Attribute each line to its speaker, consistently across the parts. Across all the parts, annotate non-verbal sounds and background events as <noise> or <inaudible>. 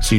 Speaker 1: Si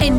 Speaker 2: En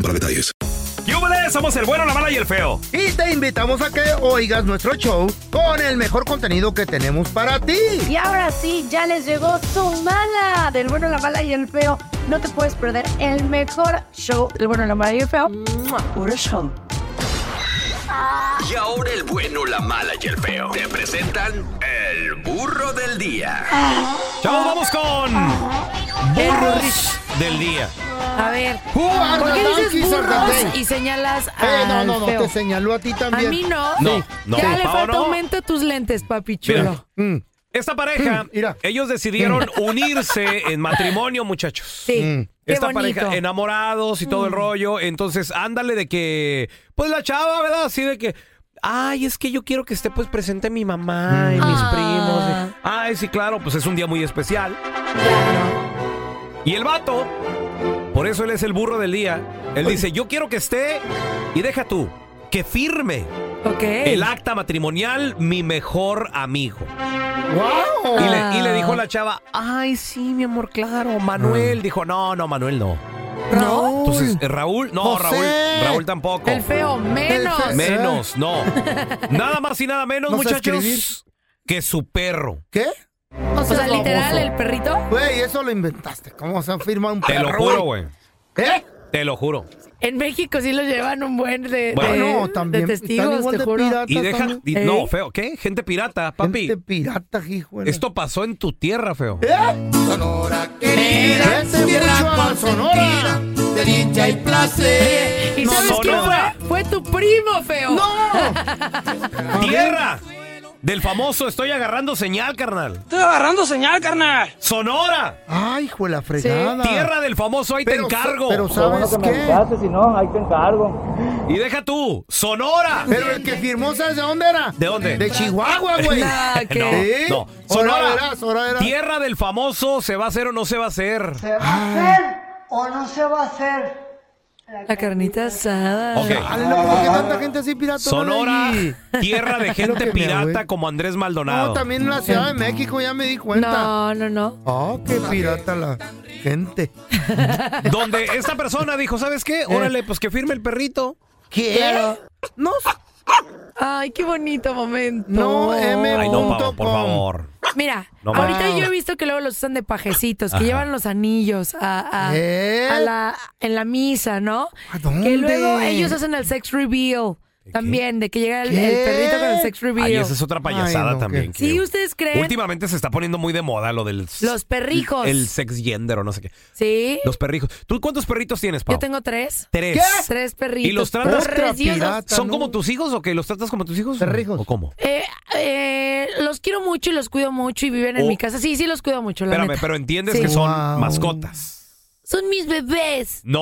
Speaker 3: para detalles.
Speaker 4: ¡Yúbales! Somos el bueno, la mala y el feo.
Speaker 5: Y te invitamos a que oigas nuestro show con el mejor contenido que tenemos para ti.
Speaker 6: Y ahora sí, ya les llegó su mala del bueno, la mala y el feo. No te puedes perder el mejor show del bueno, la mala y el feo. ¡Mua! Puro show.
Speaker 7: Y ahora el bueno, la mala y el feo. Te presentan el burro del día.
Speaker 8: Ah,
Speaker 4: Chavos, vamos con burros del día.
Speaker 8: A ver,
Speaker 5: Who are
Speaker 8: ¿por
Speaker 5: the
Speaker 8: qué dices
Speaker 5: donkeys of the
Speaker 8: burros
Speaker 5: day?
Speaker 8: y señalas a
Speaker 5: Eh, no, no, no, te señaló a ti
Speaker 8: A
Speaker 5: también.
Speaker 8: mí no.
Speaker 4: No, no.
Speaker 8: Ya le
Speaker 4: Pao,
Speaker 8: falta
Speaker 4: no.
Speaker 8: aumento a tus lentes, papi chulo.
Speaker 5: Mm,
Speaker 4: Esta pareja,
Speaker 5: Mm, mira. Mm.
Speaker 4: ellos decidieron unirse en matrimonio, muchachos.
Speaker 8: Sí. Qué
Speaker 4: Esta
Speaker 8: bonito. Mm.
Speaker 4: pareja, enamorados y todo el rollo. Entonces, ándale de que, pues la chava, ¿verdad? Así de que, ay, es que yo quiero que esté pues presente mi mamá y mis
Speaker 8: Ah.
Speaker 4: primos. Ay, sí, claro, pues es un día muy especial. Y el vato, por eso él es el burro del día. Él dice, yo quiero que esté y deja tú, que firme
Speaker 8: Ok.
Speaker 4: el acta matrimonial mi mejor amigo.
Speaker 5: ¡Wow!
Speaker 4: Y le, y le dijo la chava, ay, sí, mi amor, claro.
Speaker 8: Ah.
Speaker 4: Manuel dijo, no, no, Manuel no.
Speaker 8: ¿No?
Speaker 4: Entonces, eh, Raúl, no,
Speaker 5: José.
Speaker 4: Raúl, Raúl tampoco.
Speaker 8: El feo, menos.
Speaker 5: El feo.
Speaker 8: <laughs>
Speaker 4: Menos, no. Nada más y nada menos,
Speaker 5: No sé escribir.
Speaker 4: muchachos, que su perro.
Speaker 5: ¿Qué?
Speaker 4: Mm.
Speaker 8: O sea,
Speaker 5: Baboso.
Speaker 8: literal, el perrito.
Speaker 5: Güey, eso lo inventaste. ¿Cómo se firma un
Speaker 4: Te
Speaker 5: perro? ¿Eh?
Speaker 4: lo juro, güey.
Speaker 5: ¿Qué?
Speaker 4: Te lo juro.
Speaker 8: En México sí lo llevan un buen de,
Speaker 4: Bueno.
Speaker 8: Eh, de-
Speaker 5: No, también.
Speaker 8: de
Speaker 5: están
Speaker 8: testigos,
Speaker 5: igual
Speaker 8: te
Speaker 5: de
Speaker 8: juro.
Speaker 5: piratas
Speaker 4: Y deja.
Speaker 5: también.
Speaker 4: y- no,
Speaker 8: ¿Eh?
Speaker 4: feo, ¿qué? Gente pirata, papi.
Speaker 5: Gente pirata, hijo. de la-
Speaker 4: Esto pasó en tu tierra, feo.
Speaker 5: ¿Eh? Vete mucho a Sonora.
Speaker 8: ¿Y sabes
Speaker 4: no,
Speaker 8: quién
Speaker 4: no.
Speaker 8: fue? Fue tu primo, feo.
Speaker 5: ¡No!
Speaker 4: ¡Tierra! Del famoso Estoy agarrando señal, carnal.
Speaker 9: Estoy agarrando señal, carnal.
Speaker 4: ¡Sonora!
Speaker 5: ¡Ay, hijo de la fregada!
Speaker 4: Tierra del famoso, ahí te encargo.
Speaker 5: Pero ¿sabes qué?
Speaker 9: si no, ahí te encargo.
Speaker 4: Y deja tú, Sonora.
Speaker 5: Pero el que firmó, ¿sabes de dónde era?
Speaker 4: ¿De dónde?
Speaker 5: De Chihuahua,
Speaker 8: <laughs>
Speaker 5: güey.
Speaker 8: Nah, ¿qué?
Speaker 4: <laughs> No,
Speaker 5: ¿Sí?
Speaker 4: no.
Speaker 5: Ahora
Speaker 4: Sonora,
Speaker 5: verás, ahora verás.
Speaker 4: tierra del famoso, ¿se va a hacer o no se va a hacer?
Speaker 10: ¿Se va a hacer o no se va a hacer?
Speaker 8: La carnita asada.
Speaker 4: Ok.
Speaker 5: Dale, loco, ¿Por qué tanta gente así pirata?
Speaker 4: Sonora,
Speaker 5: Dale. <laughs>
Speaker 4: tierra
Speaker 5: Es
Speaker 4: de
Speaker 5: lo que
Speaker 4: gente
Speaker 5: me
Speaker 4: pirata
Speaker 5: agüita.
Speaker 4: como Andrés
Speaker 5: No,
Speaker 4: Maldonado.
Speaker 5: también en la Ciudad de México ya me di cuenta.
Speaker 8: No, no, no.
Speaker 5: Oh, qué pirata la <laughs> gente.
Speaker 4: Donde esta persona dijo, ¿sabes qué? Órale, pues que firme el perrito.
Speaker 5: Eh. ¿Qué? No,
Speaker 8: Ay, qué bonito momento.
Speaker 5: no, M.
Speaker 4: Ay, no, Pavo, por
Speaker 5: com.
Speaker 4: favor.
Speaker 8: Mira,
Speaker 4: No
Speaker 8: ahorita
Speaker 5: manches.
Speaker 8: yo he visto que luego los usan de pajecitos, que llevan los anillos a, a-
Speaker 5: ¿Eh?
Speaker 8: a la, en la misa, ¿no?
Speaker 5: ¿A dónde?
Speaker 8: Que luego ellos hacen el sex reveal también, de que llega el,
Speaker 5: ¿Qué?
Speaker 8: el perrito con el sex
Speaker 4: Ay,
Speaker 8: reveal.
Speaker 4: esa es otra payasada
Speaker 5: Ay, no,
Speaker 4: también.
Speaker 8: Sí,
Speaker 4: creo.
Speaker 8: ustedes creen.
Speaker 4: Últimamente se está poniendo muy de moda lo del...
Speaker 8: Los perrijos.
Speaker 4: El sex gender o no sé qué.
Speaker 8: Sí.
Speaker 4: Los perrijos. ¿Tú cuántos perritos tienes, Pau?
Speaker 8: Yo tengo tres.
Speaker 4: Tres.
Speaker 8: Tres perritos.
Speaker 4: ¿Y los tratas-
Speaker 5: Otra
Speaker 8: preciosos.
Speaker 5: pirata.
Speaker 4: ¿Son
Speaker 5: ¿no?
Speaker 4: como tus hijos o que los tratas como tus hijos?
Speaker 5: Perrijos.
Speaker 4: ¿O cómo?
Speaker 8: Eh, eh, los quiero mucho y los cuido mucho y viven en
Speaker 4: Oh.
Speaker 8: mi casa. Sí, sí, los cuido mucho, la
Speaker 4: Espérame,
Speaker 8: neta.
Speaker 4: pero entiendes
Speaker 8: Sí.
Speaker 4: que son
Speaker 5: Wow.
Speaker 4: mascotas.
Speaker 8: Son mis bebés.
Speaker 4: No.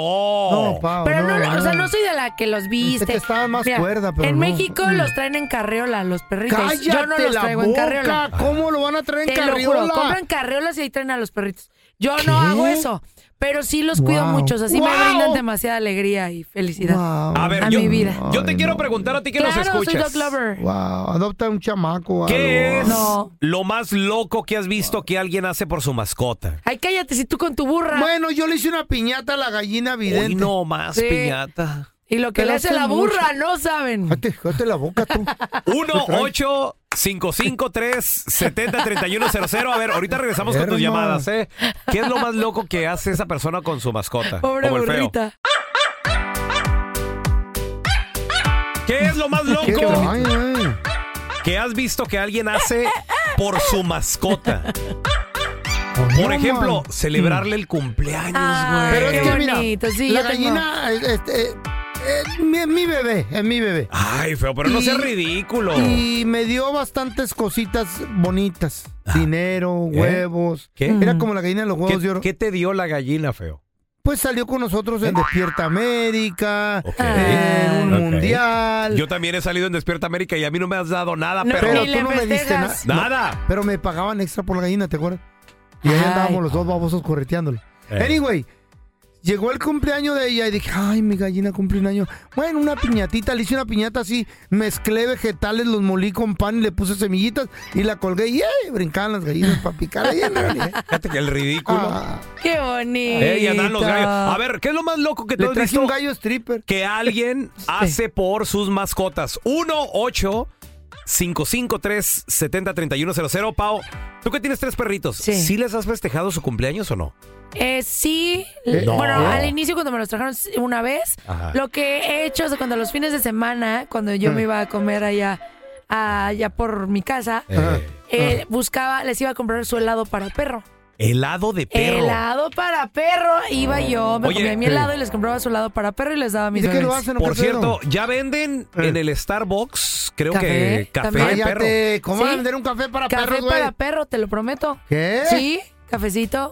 Speaker 5: No, Pau,
Speaker 8: Oh. Pero no,
Speaker 5: no.
Speaker 8: o sea, no soy de la que los viste.
Speaker 5: Pensé que estaban más cuerda, pero
Speaker 8: En
Speaker 5: no. Mm.
Speaker 8: México los traen en carriola, los perritos.
Speaker 5: Cállate
Speaker 8: Yo no los
Speaker 5: la
Speaker 8: traigo en
Speaker 5: boca.
Speaker 8: carriola.
Speaker 5: ¿Cómo lo van a traer en
Speaker 8: Te lo juro,
Speaker 5: carriola?
Speaker 8: compran carriolas y ahí traen a los perritos. Yo
Speaker 5: ¿Qué?
Speaker 8: no hago eso, pero sí los cuido
Speaker 5: Wow.
Speaker 8: mucho. O sea, sí me
Speaker 5: Wow.
Speaker 8: brindan demasiada alegría y felicidad.
Speaker 5: Wow.
Speaker 4: A ver,
Speaker 8: A
Speaker 4: yo,
Speaker 8: mi vida.
Speaker 4: yo te
Speaker 5: Ay,
Speaker 4: quiero
Speaker 5: no.
Speaker 4: preguntar a ti que
Speaker 8: claro,
Speaker 4: nos escuchas.
Speaker 8: soy dog lover.
Speaker 5: Wow, adopta un chamaco. o
Speaker 4: ¿Qué
Speaker 5: algo.
Speaker 4: es
Speaker 8: No.
Speaker 4: lo más loco que has visto que alguien hace por su mascota?
Speaker 8: Ay, cállate, si tú con tu burra.
Speaker 5: Bueno, yo le hice una piñata a la gallina vidente.
Speaker 4: Hoy no más
Speaker 8: Sí.
Speaker 4: piñata.
Speaker 8: Y lo que
Speaker 5: Pero
Speaker 8: le hace
Speaker 5: hace
Speaker 8: la burra,
Speaker 5: mucho.
Speaker 8: no saben.
Speaker 5: Cállate la boca tú.
Speaker 4: 1-8-553-70-3100. A ver, ahorita regresamos con tus
Speaker 5: Hermano.
Speaker 4: llamadas, ¿eh? ¿Qué es lo más loco que hace esa persona con su mascota?
Speaker 8: Pobre
Speaker 4: Como el feo.
Speaker 8: burrita.
Speaker 4: ¿Qué es lo más
Speaker 5: <laughs> Qué
Speaker 4: loco
Speaker 5: ay, ay.
Speaker 4: que has visto que alguien hace por su mascota? Por
Speaker 5: No,
Speaker 4: ejemplo,
Speaker 5: man.
Speaker 4: celebrarle el cumpleaños.
Speaker 8: <laughs> Ay,
Speaker 5: Pero
Speaker 8: qué
Speaker 5: es que mira,
Speaker 8: bonito. Sí,
Speaker 5: la
Speaker 8: yo tengo-
Speaker 5: gallina es, es- es mi, es mi bebé, es mi bebé.
Speaker 4: Ay, feo, pero no seas
Speaker 5: Y-
Speaker 4: ridículo.
Speaker 5: Y me dio bastantes cositas bonitas. Dinero,
Speaker 4: Ah. ¿Eh?
Speaker 5: huevos.
Speaker 4: ¿Qué?
Speaker 8: Mm.
Speaker 5: Era como la gallina de los huevos de
Speaker 4: ¿Qué,
Speaker 5: oro.
Speaker 4: qué te dio la gallina, feo?
Speaker 5: Pues salió con nosotros en Despierta América,
Speaker 4: ¿Eh? Ok.
Speaker 5: en un
Speaker 4: Ok.
Speaker 5: mundial.
Speaker 4: Yo también he salido en Despierta América y a mí no me has dado nada,
Speaker 8: No,
Speaker 4: pero...
Speaker 5: pero
Speaker 8: ni le
Speaker 5: tú no me diste
Speaker 8: festejas.
Speaker 5: na-
Speaker 4: ¡Nada!
Speaker 5: Pero me pagaban extra por la gallina, ¿te acuerdas? Y ahí
Speaker 8: Ay.
Speaker 5: andábamos los dos babosos correteándolo.
Speaker 4: Eh.
Speaker 5: Anyway, llegó el cumpleaños de ella y dije, ay, mi gallina cumple un año. Bueno, una piñatita, le hice una piñata así, mezclé vegetales, los molí con pan y le puse semillitas y la colgué y ¡ay! brincaban las gallinas para picar ahí en la gallina.
Speaker 4: Fíjate que el ridículo.
Speaker 5: Ah,
Speaker 8: Qué bonito.
Speaker 4: Eh, y andan los gallos. A ver, ¿qué es lo más loco que tú
Speaker 5: le
Speaker 4: has
Speaker 5: traje
Speaker 4: visto
Speaker 5: un gallo stripper.
Speaker 4: que
Speaker 8: <laughs>
Speaker 4: alguien hace por sus mascotas? 1 8 553 703100 Pau, tú que tienes tres perritos,
Speaker 8: Sí.
Speaker 4: ¿sí les has festejado su cumpleaños o no?
Speaker 8: Eh, sí,
Speaker 5: Eh,
Speaker 8: l- bueno,
Speaker 5: no.
Speaker 8: al inicio cuando me los trajeron s- una vez,
Speaker 4: Ajá.
Speaker 8: lo que he hecho es cuando los fines de semana, cuando yo
Speaker 5: Mm.
Speaker 8: me iba a comer allá, a- allá por mi casa,
Speaker 5: Ajá.
Speaker 8: eh, buscaba, les iba a comprar su helado para perro.
Speaker 4: Helado de perro.
Speaker 8: Helado para perro, iba yo, me
Speaker 4: Oye,
Speaker 8: comía mi
Speaker 4: sí.
Speaker 8: helado y les compraba su helado para perro y les daba mis
Speaker 5: Dice que lo
Speaker 8: donuts.
Speaker 5: hacen, ¿no,
Speaker 4: Por
Speaker 5: Pedro?
Speaker 4: cierto, ya venden en el Starbucks, creo
Speaker 8: Eh. Café,
Speaker 4: que café
Speaker 8: también.
Speaker 4: de perro.
Speaker 5: Cállate, ¿cómo van a
Speaker 8: Sí.
Speaker 5: vender un café para
Speaker 8: Café
Speaker 5: perros, güey?
Speaker 8: para perro, te lo prometo.
Speaker 5: ¿Qué? Ah.
Speaker 8: Sí, cafecito.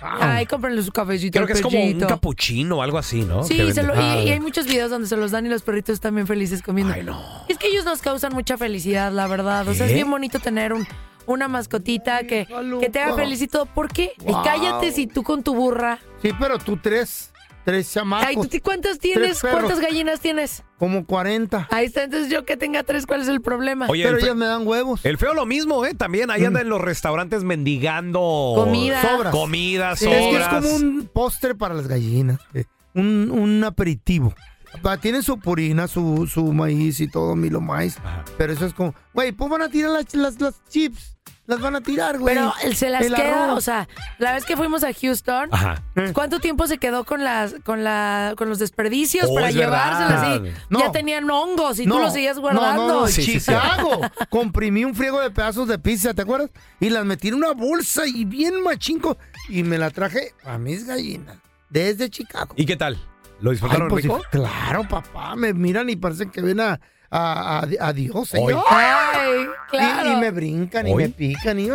Speaker 8: Ay, cómprenle su cafecito.
Speaker 4: Creo
Speaker 8: al
Speaker 4: que es como un
Speaker 8: perrito.
Speaker 4: capuchino o algo así, ¿no? Que
Speaker 8: Sí, se
Speaker 4: venden.
Speaker 8: lo- y, y
Speaker 4: Ah.
Speaker 8: hay muchos videos donde se los dan y los perritos están bien felices comiendo.
Speaker 4: Ay, no.
Speaker 8: Es que ellos nos causan mucha felicidad, la verdad. O sea, es
Speaker 4: ¿Qué?
Speaker 8: bien bonito tener un, una mascotita que,
Speaker 5: Híjalo,
Speaker 8: que te haga
Speaker 5: pa.
Speaker 8: feliz y todo. ¿Por qué? <laughs> Y
Speaker 5: Wow.
Speaker 8: cállate si tú con tu burra.
Speaker 5: Sí, pero tú tres, tres
Speaker 4: Ah,
Speaker 5: chamacos,
Speaker 8: Ay, ¿tú ti- cuántas tienes?
Speaker 5: Tres perros.
Speaker 8: ¿Cuántas gallinas tienes?
Speaker 5: como 40.
Speaker 8: Ahí está, entonces yo que tenga tres, ¿cuál es el problema?
Speaker 4: Oye,
Speaker 5: Ah, pero
Speaker 4: el, fe-
Speaker 5: ellas me dan huevos. Mm.
Speaker 4: el feo lo mismo, ¿eh? También ahí anda en los restaurantes mendigando
Speaker 8: Comida.
Speaker 5: Sobras.
Speaker 4: Comida,
Speaker 5: Sí, Es que es
Speaker 4: sobras.
Speaker 5: como un postre para las gallinas, eh, un, un aperitivo. Ah, Tienen su purina, su, su maíz y todo, milo maíz.
Speaker 4: Ajá.
Speaker 5: Pero eso es como, güey, pues van a tirar las, las, las chips. Las van a tirar, güey.
Speaker 8: Pero él se las
Speaker 5: El
Speaker 8: queda,
Speaker 5: arroz. Mm.
Speaker 8: o sea, la vez que fuimos a Houston,
Speaker 4: Ajá.
Speaker 8: ¿cuánto tiempo se quedó con las, con la, con los desperdicios
Speaker 4: Oh,
Speaker 8: para
Speaker 4: es verdad.
Speaker 8: llevárselas? Y
Speaker 5: No.
Speaker 8: Ya tenían hongos y tú los seguías
Speaker 5: no, no, no,
Speaker 8: guardando.
Speaker 5: en
Speaker 4: Sí, sí, sí.
Speaker 8: <laughs>
Speaker 5: Chicago. Comprimí un friego de pedazos de pizza, ¿te acuerdas? Y las metí en una bolsa y bien machinco. Y me la traje a mis gallinas. Desde Chicago.
Speaker 4: ¿Y qué tal? ¿Lo
Speaker 5: Ay,
Speaker 4: disfrutaron
Speaker 5: pues,
Speaker 4: rico?
Speaker 5: sí, claro, papá. Me miran y parecen que ven a, a, a- a Dios,
Speaker 4: Hoy.
Speaker 5: señor.
Speaker 8: Ay, claro.
Speaker 5: Y, y me brincan y
Speaker 4: Hoy.
Speaker 5: me pican y...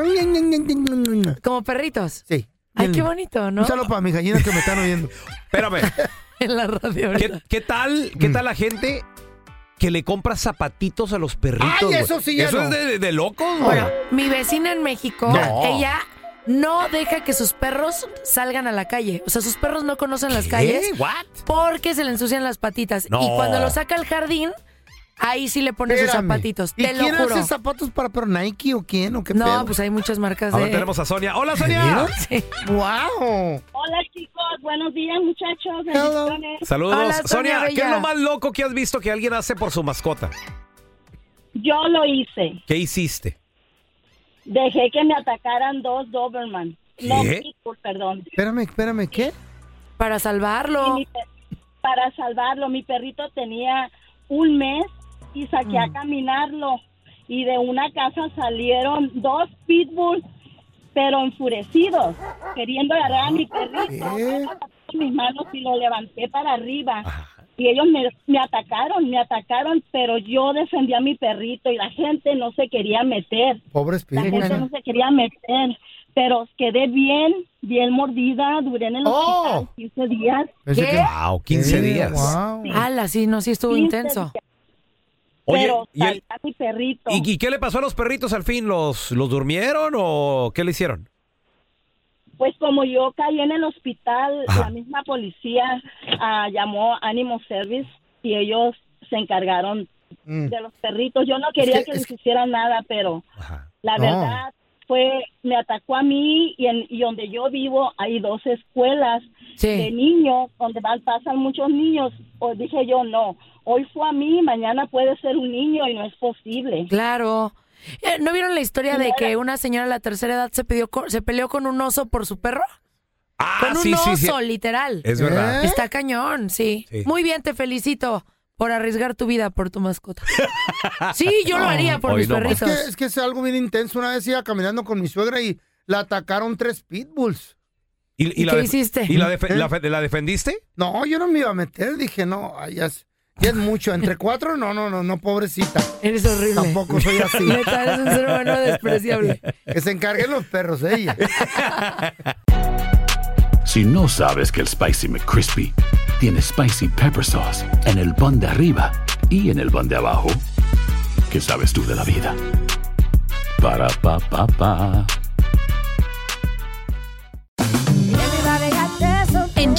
Speaker 8: Como perritos.
Speaker 5: Sí.
Speaker 8: Ay, qué bonito, ¿no?
Speaker 5: Un saludo para mis gallinas que me están oyendo.
Speaker 4: Espérame.
Speaker 5: <laughs>
Speaker 8: En la radio.
Speaker 4: ¿Qué, qué tal,
Speaker 5: Mm.
Speaker 4: qué tal la gente que le compra zapatitos a los perritos?
Speaker 5: Ay,
Speaker 4: güey?
Speaker 5: eso sí ya
Speaker 4: Eso
Speaker 5: no.
Speaker 4: es de, de- de locos, güey.
Speaker 8: Bueno, mi vecina en México,
Speaker 4: No.
Speaker 8: ella no deja que sus perros salgan a la calle. O sea, sus perros no conocen las
Speaker 4: ¿Qué?
Speaker 8: calles
Speaker 4: ¿What?
Speaker 8: porque se le ensucian las patitas.
Speaker 4: No.
Speaker 8: Y cuando lo saca al jardín, ahí sí le pone sus
Speaker 5: Espérame.
Speaker 8: zapatitos.
Speaker 5: ¿Y
Speaker 8: Te lo
Speaker 5: quién
Speaker 8: juro.
Speaker 5: hace zapatos para pero Nike o quién o qué
Speaker 8: no,
Speaker 5: pedo?
Speaker 8: pues hay muchas marcas
Speaker 4: Ahora
Speaker 5: eh.
Speaker 8: de.
Speaker 4: tenemos a Sonia. ¡Hola, Sonia!
Speaker 8: Sí.
Speaker 5: ¡Wow!
Speaker 11: Hola chicos, buenos días muchachos.
Speaker 5: Hello.
Speaker 11: Bendiciones.
Speaker 4: Saludos.
Speaker 8: Hola, Sonia
Speaker 4: ¿qué es lo
Speaker 8: Bella.
Speaker 4: más loco que has visto que alguien hace por su mascota?
Speaker 11: Yo lo hice.
Speaker 4: ¿Qué hiciste?
Speaker 11: Dejé que me atacaran dos Doberman. No,
Speaker 4: ¿Qué?
Speaker 11: Pitbull, perdón.
Speaker 5: Espérame, espérame, ¿qué?
Speaker 8: Para
Speaker 11: Y
Speaker 8: salvarlo.
Speaker 11: mi per- para salvarlo, mi perrito tenía un mes y saqué a caminarlo. Y de una casa salieron dos Pitbull, pero enfurecidos, queriendo agarrar a mi perrito.
Speaker 5: ¿Qué?
Speaker 11: con mis manos y lo levanté para arriba.
Speaker 4: Ajá.
Speaker 11: Y ellos me, me atacaron, me atacaron, pero yo defendí a mi perrito y la gente no se quería meter.
Speaker 5: Pobres
Speaker 11: La
Speaker 5: pibes.
Speaker 11: gente no se quería meter, pero quedé bien, bien mordida, duré en el
Speaker 5: Oh.
Speaker 11: hospital 15 días.
Speaker 5: Pensé
Speaker 8: ¿Qué?
Speaker 5: que-
Speaker 4: Wow, 15
Speaker 5: Sí,
Speaker 4: días.
Speaker 5: guau.
Speaker 8: Ala, sí, no, sí estuvo
Speaker 11: 15
Speaker 8: intenso.
Speaker 11: días,
Speaker 4: Oye,
Speaker 11: pero
Speaker 4: ¿y, el-
Speaker 11: salvé a mi perrito.
Speaker 4: y- y qué le pasó a los perritos al fin? ¿Los, ¿Los durmieron o qué le hicieron?
Speaker 11: Pues como yo caí en el hospital,
Speaker 4: Ajá.
Speaker 11: la misma policía ah, llamó Animal Service y ellos se encargaron
Speaker 5: Mm.
Speaker 11: de los perritos. Yo no quería
Speaker 5: que-
Speaker 11: que,
Speaker 5: es
Speaker 11: les
Speaker 5: que-
Speaker 11: hicieran nada, pero
Speaker 4: Ajá.
Speaker 11: la
Speaker 5: No.
Speaker 11: verdad fue, me atacó a mí y, en, y donde yo vivo hay dos escuelas
Speaker 8: Sí.
Speaker 11: de niños donde van, pasan muchos niños. O dije yo, no, hoy fue a mí, mañana puede ser un niño y no es posible.
Speaker 8: Claro. Eh, ¿No vieron la historia de que una señora de la tercera edad se, pidió co- se peleó con un oso por su perro? con un
Speaker 4: Ah, sí, sí,
Speaker 8: oso,
Speaker 4: sí.
Speaker 8: literal.
Speaker 4: Es verdad. ¿Eh?
Speaker 8: Está cañón, sí.
Speaker 4: Sí.
Speaker 8: Muy bien, te felicito por arriesgar tu vida por tu
Speaker 4: <laughs>
Speaker 8: mascota. Sí, yo lo haría por Hoy mis no más. perritos.
Speaker 5: Es que, es que es algo bien intenso. Una vez iba caminando con mi suegra y la atacaron tres pitbulls.
Speaker 4: ¿Y, la def- ¿Y la, def- la fe- la defendiste?
Speaker 5: No, yo no me iba a meter. Dije, no, ay, ya es, ya es mucho. Entre cuatro, no, no, no, no, pobrecita.
Speaker 8: Eres horrible.
Speaker 5: Tampoco soy así.
Speaker 8: Neta, eres un ser humano despreciable.
Speaker 5: Que se encarguen los perros, ella.
Speaker 1: Si no sabes que el Spicy McCrispy tiene spicy pepper sauce en el pan de arriba y en el pan de abajo, ¿qué sabes tú de la vida? Para pa pa pa.
Speaker 2: En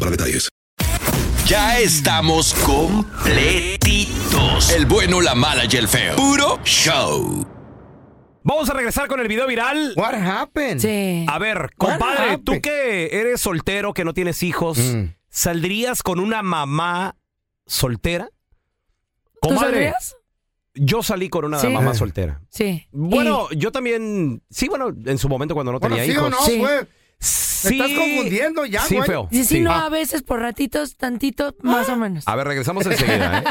Speaker 3: para detalles.
Speaker 7: Ya estamos completitos. El bueno, la mala y el feo. Puro show.
Speaker 4: Vamos a regresar con el video viral.
Speaker 5: What happened?
Speaker 8: Sí.
Speaker 4: A ver, compadre, tú que eres soltero, que no tienes hijos, ¿saldrías con una mamá soltera?
Speaker 8: saldrías?
Speaker 4: yo salí con una
Speaker 8: Sí.
Speaker 4: mamá soltera.
Speaker 8: Sí.
Speaker 4: Bueno, yo también, sí, bueno, en su momento cuando no
Speaker 5: Bueno,
Speaker 4: tenía
Speaker 5: sí o
Speaker 4: hijos.
Speaker 5: no, güey. Me
Speaker 4: Sí.
Speaker 5: estás confundiendo ya,
Speaker 4: Sí,
Speaker 5: güey.
Speaker 4: feo.
Speaker 8: Sí, sí,
Speaker 4: Sí.
Speaker 8: no,
Speaker 4: Ah.
Speaker 8: a veces por ratitos, tantito, más o menos.
Speaker 4: A ver, regresamos enseguida, ¿eh?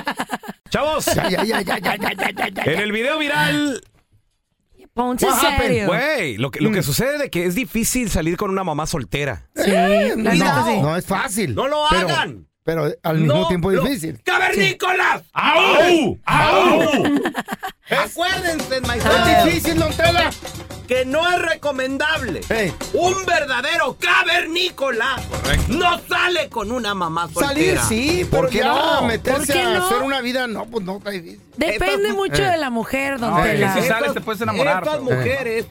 Speaker 4: Chavos,
Speaker 8: Ya, ya, ya, ya, ya, ya, ya, <laughs> ya, ya.
Speaker 4: en el video viral,
Speaker 8: Ponte
Speaker 4: what happened?
Speaker 8: serio.
Speaker 4: Güey, lo que, lo
Speaker 5: Mm.
Speaker 4: que sucede de que es difícil salir con una mamá soltera.
Speaker 8: Sí,
Speaker 5: Eh,
Speaker 8: la neta sí.
Speaker 5: No es fácil.
Speaker 4: ¡No lo
Speaker 5: Pero-
Speaker 4: hagan!
Speaker 5: Pero, al mismo tiempo difícil.
Speaker 4: ¡Cavernícolas! ¡Au! ¡Au! Acuérdense,
Speaker 5: ¿Eh? Es difícil, don Tela.
Speaker 4: que no es recomendable.
Speaker 5: Ey.
Speaker 4: Un verdadero cavernícola no sale con una mamá
Speaker 5: Salir
Speaker 4: soltera.
Speaker 5: sí, pero
Speaker 4: ¿Por qué
Speaker 5: ya
Speaker 4: no?
Speaker 8: ¿Por
Speaker 5: meterse
Speaker 8: qué
Speaker 5: a
Speaker 8: no?
Speaker 5: hacer una vida, no, pues no está difícil.
Speaker 8: Depende
Speaker 4: Estas-
Speaker 8: mucho
Speaker 5: Eh.
Speaker 8: de la mujer, don
Speaker 5: No, es que
Speaker 8: Tela.
Speaker 5: sí
Speaker 4: Estas-
Speaker 5: sales,
Speaker 12: te puedes enamorar,
Speaker 4: Estas
Speaker 12: pero-
Speaker 5: <laughs>
Speaker 4: mujeres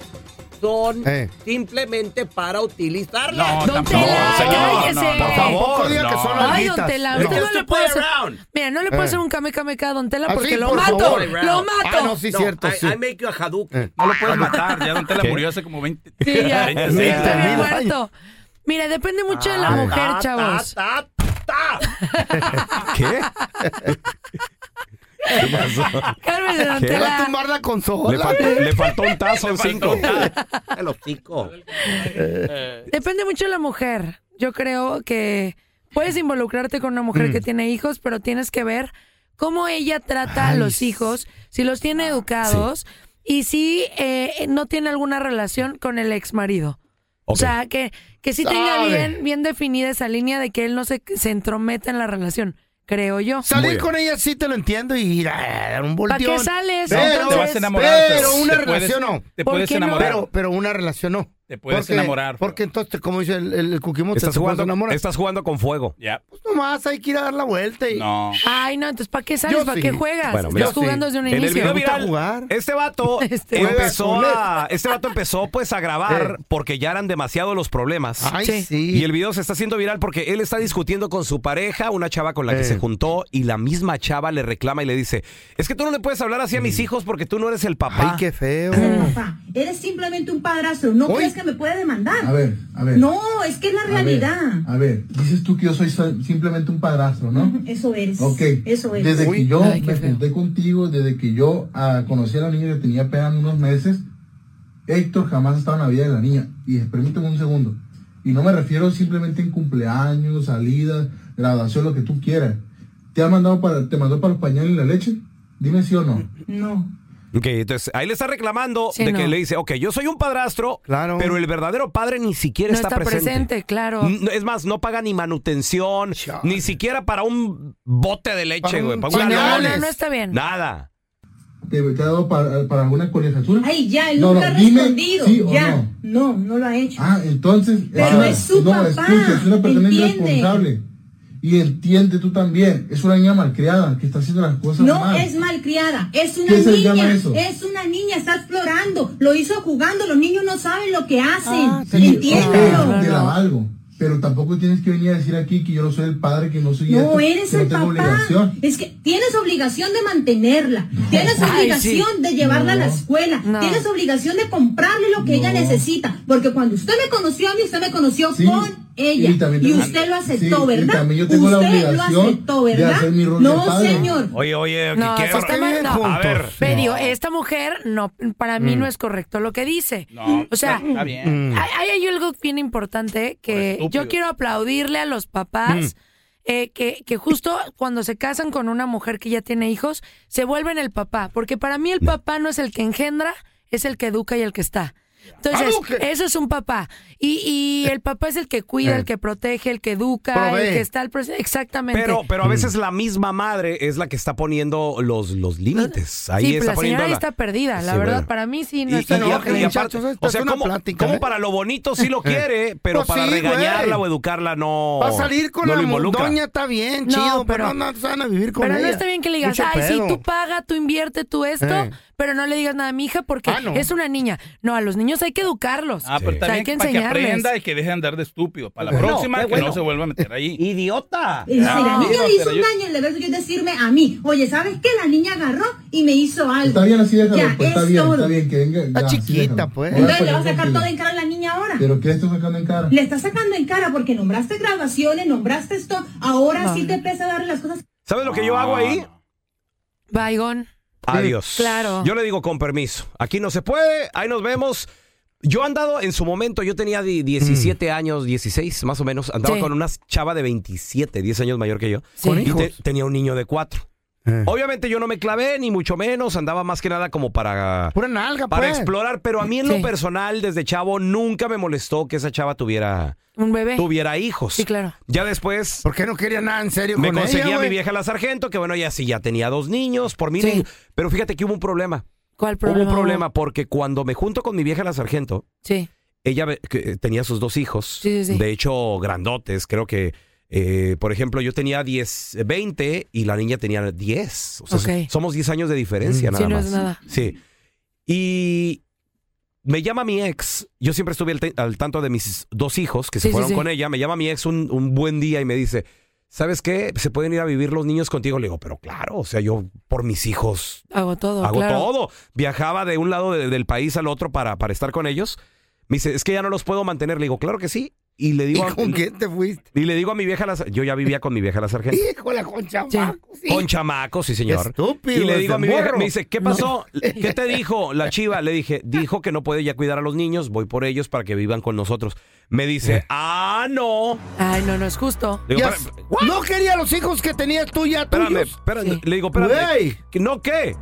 Speaker 4: son
Speaker 5: Eh.
Speaker 4: simplemente para
Speaker 12: No,
Speaker 4: utilizarlas.
Speaker 8: Don
Speaker 12: tampoco.
Speaker 8: Tela,
Speaker 12: señor,
Speaker 8: cállese.
Speaker 12: no, no,
Speaker 8: Por
Speaker 4: favor,
Speaker 5: Tampoco diga
Speaker 12: no.
Speaker 5: que son
Speaker 8: Ay, don
Speaker 5: alguitas.
Speaker 8: Tela,
Speaker 4: No.
Speaker 8: usted no,
Speaker 4: Just
Speaker 8: le
Speaker 4: to
Speaker 8: puede
Speaker 4: play
Speaker 8: hacer.
Speaker 4: around.
Speaker 8: Mira, no le puede
Speaker 5: Eh.
Speaker 8: hacer un came came acá a don Tela
Speaker 5: Ah,
Speaker 8: porque
Speaker 5: sí,
Speaker 8: lo
Speaker 5: por
Speaker 8: mato.
Speaker 5: favor.
Speaker 8: Lo mato.
Speaker 5: Ah, no, sí, cierto.
Speaker 4: I,
Speaker 5: sí.
Speaker 4: I make you a Hadouken.
Speaker 5: Eh.
Speaker 12: No lo puedes matar, ya Don Tela
Speaker 4: ¿Qué?
Speaker 12: murió hace como 20.
Speaker 8: Sí, ya.
Speaker 12: 20,
Speaker 8: Sí,
Speaker 5: sí,
Speaker 8: está bien
Speaker 5: termina.
Speaker 8: muerto. Mira, depende mucho de la mujer,
Speaker 4: Ah. Ta,
Speaker 8: chavos.
Speaker 4: ta, ta, ta. <laughs> ¿Qué?
Speaker 8: <laughs> Cálmese, don
Speaker 5: Te va a
Speaker 8: Tela.
Speaker 5: tumbar la consola.
Speaker 4: faltó un tazo, cinco. El hocico.
Speaker 5: Eh.
Speaker 8: Depende mucho de la mujer. Yo creo que puedes involucrarte con una mujer
Speaker 5: Mm.
Speaker 8: que tiene hijos, pero tienes que ver cómo ella trata a los hijos, si los tiene educados y si eh, no tiene alguna relación con el ex marido. O
Speaker 4: Ok.
Speaker 8: sea, que, que sí tenga
Speaker 5: Sabe.
Speaker 8: bien, bien definida esa línea de que él no se, se entrometa en la relación, creo yo.
Speaker 4: Muy
Speaker 5: Salir
Speaker 4: bien.
Speaker 5: con ella sí te lo entiendo y ir a dar <laughs> un
Speaker 8: ¿Para
Speaker 5: volteón.
Speaker 8: qué sales?
Speaker 5: Pero-
Speaker 12: te vas
Speaker 8: entonces?
Speaker 12: a enamorar.
Speaker 5: pero una
Speaker 12: te puedes-
Speaker 5: relación no.
Speaker 12: Te
Speaker 8: ¿Por
Speaker 12: puedes
Speaker 8: qué no?
Speaker 12: enamorar.
Speaker 5: Pero, pero una relación no.
Speaker 12: Te puedes enamorar.
Speaker 5: Porque entonces, como dice el, el, el cuquimo, te te
Speaker 4: Estás
Speaker 5: puedes
Speaker 4: jugando,
Speaker 5: enamorar.
Speaker 4: estás jugando con fuego.
Speaker 12: Ya.
Speaker 5: Pues nomás hay que ir a dar la vuelta y...
Speaker 12: No.
Speaker 8: Ay, no, entonces ¿para qué sales?
Speaker 5: Yo
Speaker 8: ¿Para
Speaker 5: sí.
Speaker 8: qué juegas?
Speaker 4: Bueno, mira,
Speaker 8: Estás jugando
Speaker 5: sí.
Speaker 8: desde un
Speaker 4: En el
Speaker 8: inicio.
Speaker 4: video
Speaker 5: Me gusta
Speaker 4: viral,
Speaker 5: jugar.
Speaker 4: este
Speaker 8: <laughs>
Speaker 4: vato
Speaker 8: Este
Speaker 4: empezó
Speaker 5: vato.
Speaker 4: a, este vato empezó pues a grabar
Speaker 5: Eh.
Speaker 4: porque ya eran demasiados los problemas.
Speaker 5: Ay,
Speaker 8: Sí.
Speaker 5: sí.
Speaker 4: Y el video se está haciendo viral porque él está discutiendo con su pareja, una chava con la que
Speaker 5: Eh.
Speaker 4: se juntó, y la misma chava le reclama y le dice, es que tú no le puedes hablar así a
Speaker 8: Mm.
Speaker 4: mis hijos porque tú no eres el papá. Mm.
Speaker 5: Ay, qué feo.
Speaker 13: papá. Eres simplemente un padrastro. No
Speaker 5: Uy.
Speaker 13: crees que me puede demandar.
Speaker 14: A ver, a ver.
Speaker 13: No, es que es la
Speaker 14: A ver,
Speaker 13: realidad.
Speaker 14: A ver, dices tú que yo soy sol- simplemente un padrastro, ¿no?
Speaker 13: Eso eres.
Speaker 14: Ok.
Speaker 13: Eso eres.
Speaker 14: Desde que yo
Speaker 8: Ay, qué
Speaker 14: me
Speaker 8: feo.
Speaker 14: junté contigo, desde que yo ah, conocí a la niña que tenía apenas unos meses, Héctor jamás ha estado en la vida de la niña. Y permíteme un segundo. Y no me refiero simplemente en cumpleaños, salidas, graduación, lo que tú quieras. ¿Te ha mandado para, te mandó para los pañales y la leche? Dime sí o no. No.
Speaker 4: Ok, entonces ahí le está reclamando
Speaker 8: Sí,
Speaker 4: de que
Speaker 8: no.
Speaker 4: le dice, ok, yo soy un padrastro, pero el verdadero padre ni siquiera
Speaker 8: No está, presente.
Speaker 4: presente.
Speaker 8: claro.
Speaker 5: Mm,
Speaker 4: N- Es más, no paga ni manutención, ni siquiera para un bote de leche, güey. Para un
Speaker 8: Sí, no,
Speaker 4: galón.
Speaker 8: no, no está bien.
Speaker 4: Nada.
Speaker 14: ¿Te, te ha dado para, para alguna colegiatura?
Speaker 13: Ay, ya, él
Speaker 14: No,
Speaker 13: nunca
Speaker 14: no,
Speaker 13: ha
Speaker 14: dime
Speaker 13: respondido.
Speaker 14: sí o
Speaker 13: ya. No. no, lo ha hecho.
Speaker 14: Ah, entonces.
Speaker 13: Pero
Speaker 14: ah,
Speaker 13: es su
Speaker 14: no,
Speaker 13: papá,
Speaker 14: escucha, es una persona
Speaker 13: ¿entiende?
Speaker 14: irresponsable. Y entiende tú también. Es una niña malcriada que está haciendo las cosas
Speaker 13: No
Speaker 14: mal.
Speaker 13: es malcriada, es una
Speaker 14: ¿Qué se
Speaker 13: niña,
Speaker 14: llama eso?
Speaker 13: es una niña, está explorando, lo hizo jugando, los niños no saben lo que hacen,
Speaker 8: Ah,
Speaker 14: Sí,
Speaker 13: entiéndelo.
Speaker 14: ok, te la valgo. Pero tampoco tienes que venir a decir aquí que yo no soy el padre, que no soy
Speaker 13: No,
Speaker 14: esto,
Speaker 13: eres
Speaker 14: que no
Speaker 13: el
Speaker 14: tengo
Speaker 13: papá.
Speaker 14: obligación.
Speaker 13: Es que tienes obligación de mantenerla, tienes
Speaker 14: Ay,
Speaker 13: obligación
Speaker 14: sí.
Speaker 13: de llevarla
Speaker 14: No.
Speaker 13: a la escuela, tienes obligación de comprarle lo que ella necesita, porque cuando usted me conoció a mí, usted me conoció con ella
Speaker 14: y también
Speaker 13: y,
Speaker 14: tengo-
Speaker 13: usted lo
Speaker 14: sí,
Speaker 13: aceptó,
Speaker 14: y
Speaker 13: ¿verdad?
Speaker 14: también yo tengo la
Speaker 13: usted
Speaker 14: obligación
Speaker 13: lo aceptó,
Speaker 14: de
Speaker 13: ¿verdad?
Speaker 14: hacer mi rol de
Speaker 13: no,
Speaker 14: padre.
Speaker 13: señor.
Speaker 4: Oye, oye,
Speaker 8: No,
Speaker 4: ¿qué
Speaker 8: eso está mal, no.
Speaker 4: A ver.
Speaker 8: Pero digo, esta mujer, no, para mí
Speaker 4: Mm.
Speaker 8: no es correcto lo que dice.
Speaker 4: No,
Speaker 8: o sea, Mm.
Speaker 4: está- está bien.
Speaker 8: hay- Hay, hay algo bien importante que
Speaker 15: estúpido.
Speaker 8: yo quiero aplaudirle a los papás.
Speaker 4: Mm.
Speaker 8: eh, que, que justo cuando se casan con una mujer que ya tiene hijos, se vuelven el papá. Porque para mí el papá no es el que engendra, es el que educa y el que está. Entonces, eso es un papá. Y, y el papá es el que cuida, el que protege, el que educa,
Speaker 4: Eh. Provee.
Speaker 8: el que está al presente. Exactamente.
Speaker 4: Pero, pero a veces la misma madre es la que está poniendo los, los límites. Ahí
Speaker 8: sí, pero
Speaker 4: está
Speaker 8: la señora
Speaker 4: poniendo
Speaker 8: ahí
Speaker 4: la-
Speaker 8: está perdida. La
Speaker 4: Sí,
Speaker 8: verdad,
Speaker 4: bueno.
Speaker 8: para mí sí no
Speaker 4: Y-
Speaker 8: está
Speaker 4: y- y- y aparte, o sea, ¿cómo, cómo
Speaker 5: ¿eh?
Speaker 4: para lo bonito sí lo quiere, pero
Speaker 5: Pues
Speaker 4: para
Speaker 5: sí,
Speaker 4: regañarla
Speaker 5: güey.
Speaker 4: o educarla no.
Speaker 5: Va a salir con
Speaker 4: no
Speaker 5: la
Speaker 4: lo involucra.
Speaker 5: mondoña, está bien,
Speaker 8: No,
Speaker 5: chido, pero,
Speaker 8: pero-
Speaker 5: no, no saben a vivir con
Speaker 8: Pero
Speaker 5: ella.
Speaker 8: no está bien que le digas,
Speaker 5: Mucho
Speaker 8: ay, sí,
Speaker 5: pedo.
Speaker 8: tú paga, tú invierte, tú esto,
Speaker 5: Eh.
Speaker 8: pero no le digas nada a mi hija porque
Speaker 5: Ah, no.
Speaker 8: es una niña. No, a los niños hay que educarlos.
Speaker 12: Ah, pero
Speaker 8: O sea, hay
Speaker 12: también
Speaker 8: que
Speaker 12: para que
Speaker 8: enseñarles.
Speaker 12: aprenda y que deje de andar de estúpido. Para la
Speaker 4: Bueno,
Speaker 12: próxima,
Speaker 4: qué
Speaker 12: que
Speaker 4: bueno.
Speaker 12: no se vuelva a meter ahí.
Speaker 4: ¡Idiota!
Speaker 13: Y si la niña le hizo un daño, el deber es decirme a mí, oye, ¿sabes qué? La niña agarró y me hizo algo.
Speaker 14: Está bien así, déjalo.
Speaker 13: Ya,
Speaker 14: pues, está
Speaker 13: es
Speaker 14: bien,
Speaker 13: todo.
Speaker 14: está bien, que venga.
Speaker 13: Está chiquita,
Speaker 14: pues.
Speaker 13: Entonces le va a sacar todo en cara a la niña ahora.
Speaker 14: ¿Pero qué le estoy sacando en cara?
Speaker 13: Le está sacando en cara porque nombraste grabaciones, nombraste esto, ahora
Speaker 8: No.
Speaker 13: sí te pesa darle las cosas.
Speaker 4: ¿Sabes lo que yo hago ahí?
Speaker 8: Baigón.
Speaker 4: Adiós.
Speaker 8: Claro.
Speaker 4: Yo le digo con permiso. Aquí no se puede, ahí nos vemos. Yo andado en su momento, yo tenía di- 17 años, 16 más o menos, andaba
Speaker 12: Sí.
Speaker 4: con una chava de 27, 10 años mayor que yo.
Speaker 12: Sí. ¿Con
Speaker 4: Y
Speaker 12: hijos?
Speaker 4: te- tenía un niño de 4. Obviamente yo no me clavé, ni mucho menos, andaba más que nada como para...
Speaker 5: Pura nalga,
Speaker 4: Para
Speaker 5: pues.
Speaker 4: explorar, pero a mí en
Speaker 5: Sí.
Speaker 4: lo personal, desde chavo, nunca me molestó que esa chava tuviera,
Speaker 8: Un bebé.
Speaker 4: tuviera hijos.
Speaker 8: Sí, claro.
Speaker 4: Ya después...
Speaker 5: ¿Por qué no quería nada en serio
Speaker 4: Me
Speaker 5: con
Speaker 4: conseguía
Speaker 5: ella,
Speaker 4: a mi
Speaker 5: güey?
Speaker 4: vieja la sargento, que bueno, ya sí, ya tenía dos niños, por mí. ningún- Pero fíjate que hubo un problema.
Speaker 8: ¿Cuál problema?
Speaker 4: Hubo un problema porque cuando me junto con mi vieja la sargento,
Speaker 8: Sí.
Speaker 4: ella ve- que, eh, tenía sus dos hijos,
Speaker 8: Sí, sí, sí.
Speaker 4: de hecho grandotes, creo que, eh, por ejemplo, yo tenía 10, eh, 20 y la niña tenía 10. O sea,
Speaker 8: Ok.
Speaker 4: somos 10 años de diferencia
Speaker 8: Mm.
Speaker 4: nada
Speaker 8: Sí, no
Speaker 4: más.
Speaker 8: es nada.
Speaker 4: Sí. Y me llama mi ex, yo siempre estuve al, te- al tanto de mis dos hijos que se
Speaker 8: Sí, sí,
Speaker 4: fueron
Speaker 8: sí.
Speaker 4: con ella, me llama mi ex un, un buen día y me dice, ¿sabes qué? ¿Se pueden ir a vivir los niños contigo? Le digo, pero claro, o sea, yo por mis hijos
Speaker 8: Hago todo, Oh,
Speaker 4: Hago
Speaker 8: claro.
Speaker 4: todo. Viajaba de un lado de- del país al otro para, para estar con ellos. Me dice, es que ya no los puedo mantener. Le digo, claro que sí. Y le digo, a-
Speaker 5: ¿Con quién te fuiste?
Speaker 4: y le digo a mi vieja, la sar- yo ya vivía con mi vieja la sargento.
Speaker 5: Hijo la concha, Marco, sí.
Speaker 4: Con chamacos, sí, señor.
Speaker 5: Estúpido,
Speaker 4: Y le
Speaker 5: ese
Speaker 4: digo a mi vieja,
Speaker 5: morro.
Speaker 4: me dice, ¿qué
Speaker 5: No.
Speaker 4: pasó? ¿Qué te dijo la chiva? Le dije, dijo que no puede ya cuidar a los niños, voy por ellos para que vivan con nosotros. Me
Speaker 5: Eh.
Speaker 4: dice, ah, no.
Speaker 8: Ay, no, no es justo.
Speaker 4: Digo,
Speaker 5: Ya
Speaker 4: para-
Speaker 5: s- no quería los hijos que tenías tú ya
Speaker 4: Espérame,
Speaker 5: tuyos.
Speaker 4: espérame. Le digo, espérame.
Speaker 5: Güey. Eh.
Speaker 4: ¿Que ¿No qué?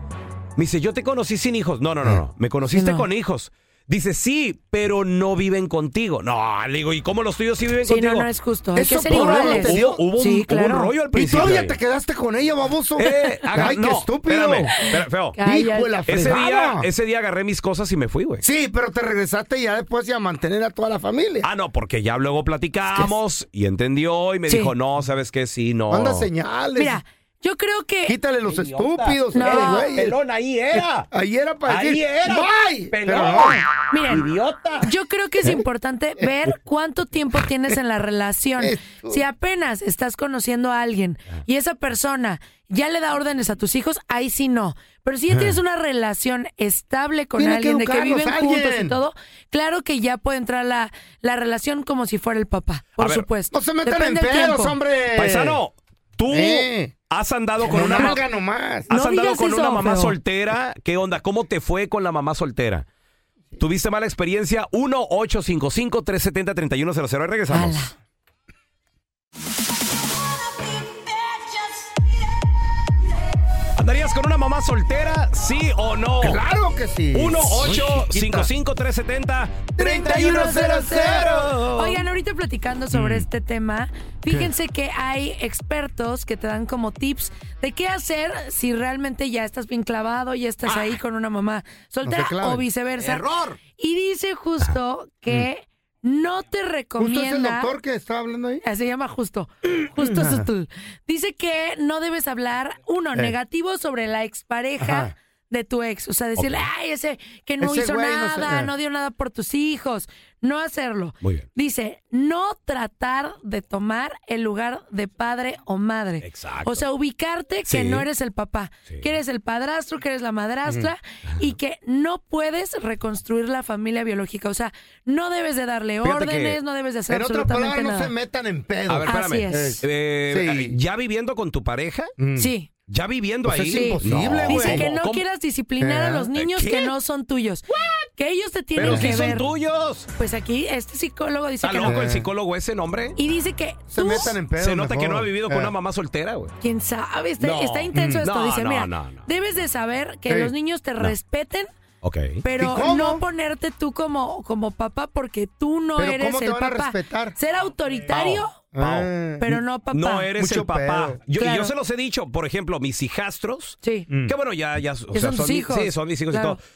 Speaker 4: Me dice, yo te conocí sin hijos. No, no, no, no. Me conociste con hijos. Dice, sí, pero no viven contigo. No, le digo, ¿y cómo los tuyos sí viven
Speaker 8: Sí, no,
Speaker 4: contigo?
Speaker 8: no es justo. Hay que ser
Speaker 4: por algo
Speaker 8: iguales.
Speaker 4: te dio- Hubo, un-
Speaker 8: Sí,
Speaker 4: hubo un,
Speaker 8: claro.
Speaker 4: rollo al
Speaker 5: Y
Speaker 4: principio.
Speaker 5: todavía te quedaste con ella, baboso.
Speaker 4: Eh,
Speaker 5: <laughs>
Speaker 4: haga-
Speaker 5: Ay,
Speaker 4: no,
Speaker 5: qué estúpido.
Speaker 4: Espérame, espera, feo.
Speaker 5: Hijo de la
Speaker 4: ese, día,
Speaker 5: fregada.
Speaker 4: ese día agarré mis cosas y me fui, güey.
Speaker 5: Sí, pero te regresaste ya después y a mantener a toda la familia.
Speaker 4: Ah, no, porque ya luego platicamos y entendió y me
Speaker 5: Sí.
Speaker 4: dijo, no, ¿sabes qué? Sí, no.
Speaker 5: Manda señales.
Speaker 8: Mira, yo creo que.
Speaker 5: Quítale los estúpidos.
Speaker 8: No.
Speaker 5: eh, güey. Eh,
Speaker 8: Pelón, ahí era.
Speaker 5: Ahí era para
Speaker 8: Ahí
Speaker 5: decir,
Speaker 8: era.
Speaker 5: ¡Bye!
Speaker 8: Pelón.
Speaker 5: Pero
Speaker 8: Miren, Yo creo que es
Speaker 5: <laughs>
Speaker 8: importante ver cuánto tiempo tienes en la relación. Si apenas estás conociendo a alguien y esa persona ya le da órdenes a tus hijos, ahí sí no. Pero si ya
Speaker 15: Ah.
Speaker 8: tienes una relación estable con
Speaker 15: Tiene que
Speaker 8: alguien, de que
Speaker 15: educarlos,
Speaker 8: viven
Speaker 15: alguien.
Speaker 8: juntos y todo, claro que ya puede entrar la, la relación como si fuera el papá, por
Speaker 4: ver,
Speaker 8: supuesto.
Speaker 5: no se metan
Speaker 8: Depende
Speaker 5: en
Speaker 8: el
Speaker 5: pedos,
Speaker 8: tiempo.
Speaker 5: hombre.
Speaker 4: Paisano, tú
Speaker 5: Eh.
Speaker 4: has andado con
Speaker 5: No
Speaker 4: una...
Speaker 5: nalga nomás.
Speaker 4: ¿Has
Speaker 5: No
Speaker 4: andado
Speaker 5: digas
Speaker 4: con
Speaker 5: eso,
Speaker 4: una mamá
Speaker 5: feo.
Speaker 4: soltera? ¿Qué onda? ¿Cómo te fue con la mamá soltera? ¿Tuviste mala experiencia? 1-855-370-3100. Ahí Regresamos. ¿Andarías con una mamá soltera? ¿Sí o no?
Speaker 5: Claro que sí.
Speaker 4: 1-855-370-3100.
Speaker 8: Oigan, ahorita platicando sobre
Speaker 5: Mm.
Speaker 8: este tema, fíjense que hay expertos que te dan como tips de qué hacer si realmente ya estás bien clavado, ya estás
Speaker 5: Ah.
Speaker 8: ahí con una mamá soltera
Speaker 5: claven.
Speaker 8: o viceversa.
Speaker 5: ¡Error! Ah. Mm.
Speaker 8: Y dice justo que no te recomienda.
Speaker 5: Justo es el doctor que estaba hablando ahí.
Speaker 8: Ah, Se llama Justo. Justo
Speaker 5: Ajá.
Speaker 8: Sutul. Dice que no debes hablar, uno,
Speaker 5: Eh.
Speaker 8: negativo sobre la expareja
Speaker 5: Ajá.
Speaker 8: de tu ex. O sea, decirle, ay, ese que no
Speaker 5: Ese
Speaker 8: hizo
Speaker 5: güey no
Speaker 8: nada,
Speaker 5: sé-
Speaker 8: no,
Speaker 5: eh.
Speaker 8: dio nada por tus hijos. No hacerlo.
Speaker 4: Muy bien.
Speaker 8: Dice, no tratar de tomar el lugar de padre o madre.
Speaker 4: Exacto.
Speaker 8: O sea, ubicarte que
Speaker 4: Sí.
Speaker 8: no eres el papá, que eres el padrastro, que eres la madrastra y que no puedes reconstruir la familia biológica. O sea, no debes de darle
Speaker 4: Fíjate que-
Speaker 8: órdenes, no debes de hacer
Speaker 5: En otras
Speaker 8: absolutamente
Speaker 5: palabras, no
Speaker 8: nada.
Speaker 5: se metan en pedo.
Speaker 4: A ver, espérame. Eh, ¿Ya viviendo con tu pareja?
Speaker 8: Sí.
Speaker 4: ¿Ya viviendo
Speaker 5: Pues
Speaker 4: ahí?
Speaker 5: es imposible,
Speaker 4: No.
Speaker 5: güey.
Speaker 8: Dice que
Speaker 4: ¿Cómo?
Speaker 8: no
Speaker 4: ¿Cómo?
Speaker 8: quieras disciplinar a
Speaker 4: ¿Eh?
Speaker 8: los niños
Speaker 4: ¿Qué?
Speaker 8: que no son tuyos. Que ellos te tienen
Speaker 4: Pero
Speaker 8: que
Speaker 4: sí son
Speaker 8: ver.
Speaker 4: tuyos.
Speaker 8: Pues aquí este psicólogo dice
Speaker 4: ¿Está
Speaker 8: que
Speaker 4: loco
Speaker 8: no.
Speaker 4: el psicólogo ese, nombre?
Speaker 8: Y dice que
Speaker 4: Se
Speaker 8: tú-
Speaker 4: metan en pedo, Se nota que mejor. no ha vivido con Eh. una mamá soltera, güey.
Speaker 8: Quién sabe, está,
Speaker 4: No.
Speaker 8: está intenso
Speaker 4: Mm.
Speaker 8: esto.
Speaker 4: No,
Speaker 8: dice,
Speaker 4: no,
Speaker 8: mira,
Speaker 4: no, no.
Speaker 8: debes de saber que
Speaker 4: Sí.
Speaker 8: los niños te
Speaker 4: No.
Speaker 8: respeten
Speaker 4: Ok.
Speaker 8: pero no ponerte tú como, como papá porque tú no
Speaker 5: ¿Pero
Speaker 8: eres
Speaker 5: cómo te
Speaker 8: el
Speaker 5: van a
Speaker 8: papá. Ser autoritario,
Speaker 4: Pao, pao.
Speaker 8: pero no papá.
Speaker 4: No eres el papá. Yo, y
Speaker 8: Claro.
Speaker 4: yo se los he dicho, por ejemplo, mis hijastros.
Speaker 8: Sí.
Speaker 4: Que bueno, ya, ya, o
Speaker 8: Ya
Speaker 4: sea,
Speaker 8: son tus
Speaker 4: mi-
Speaker 8: hijos.
Speaker 4: sí, son mis hijos
Speaker 8: Claro.
Speaker 4: y todo.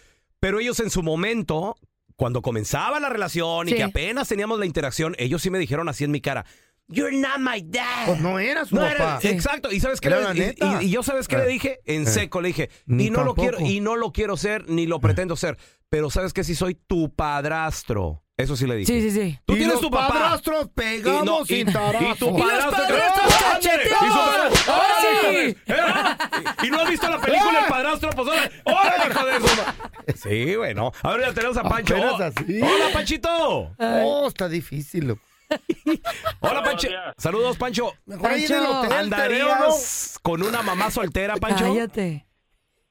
Speaker 4: Pero ellos en su momento, cuando comenzaba la relación y
Speaker 8: Sí.
Speaker 4: que apenas teníamos la interacción, ellos sí me dijeron así en mi cara. You're not my dad.
Speaker 5: Pues no era su
Speaker 4: No
Speaker 5: papá.
Speaker 4: era- Exacto. ¿Y sabes qué?
Speaker 5: Era
Speaker 4: le-
Speaker 5: la
Speaker 4: y-
Speaker 5: neta.
Speaker 4: y- y yo sabes qué le
Speaker 5: Eh.
Speaker 4: dije en
Speaker 5: Eh.
Speaker 4: seco, le dije,
Speaker 5: Ni
Speaker 4: y no lo
Speaker 5: tampoco.
Speaker 4: quiero, y no lo quiero ser, ni lo pretendo ser. Pero sabes que sí soy tu padrastro. Eso sí le dije.
Speaker 8: Sí, sí, sí.
Speaker 4: Tú
Speaker 5: Y
Speaker 4: tienes
Speaker 5: los
Speaker 4: tu papá.
Speaker 5: padrastros pegamos sin tarazo.
Speaker 4: y tu
Speaker 5: Y los
Speaker 4: padrastro te-
Speaker 5: padrastros
Speaker 4: ¡Ah, ándale!
Speaker 5: cacheteados.
Speaker 4: Y su padrastro-
Speaker 5: ¡Ahora
Speaker 4: ¡Órale, hijo de- eh! Y no has visto la película El padrastro, pues órale, ¡Órale, hijo de su ma- Sí, güey, no. Ahora ya tenemos a Pancho.
Speaker 5: Apenas
Speaker 4: Oh,
Speaker 5: así.
Speaker 4: Hola, Panchito.
Speaker 5: Oh, está difícil, loco.
Speaker 4: <laughs> Hola, Pancho. Saludos, Pancho.
Speaker 5: Mejor ahí en el hotel, te
Speaker 4: ¿Andarías con una mamá soltera, Pancho?
Speaker 8: Cállate.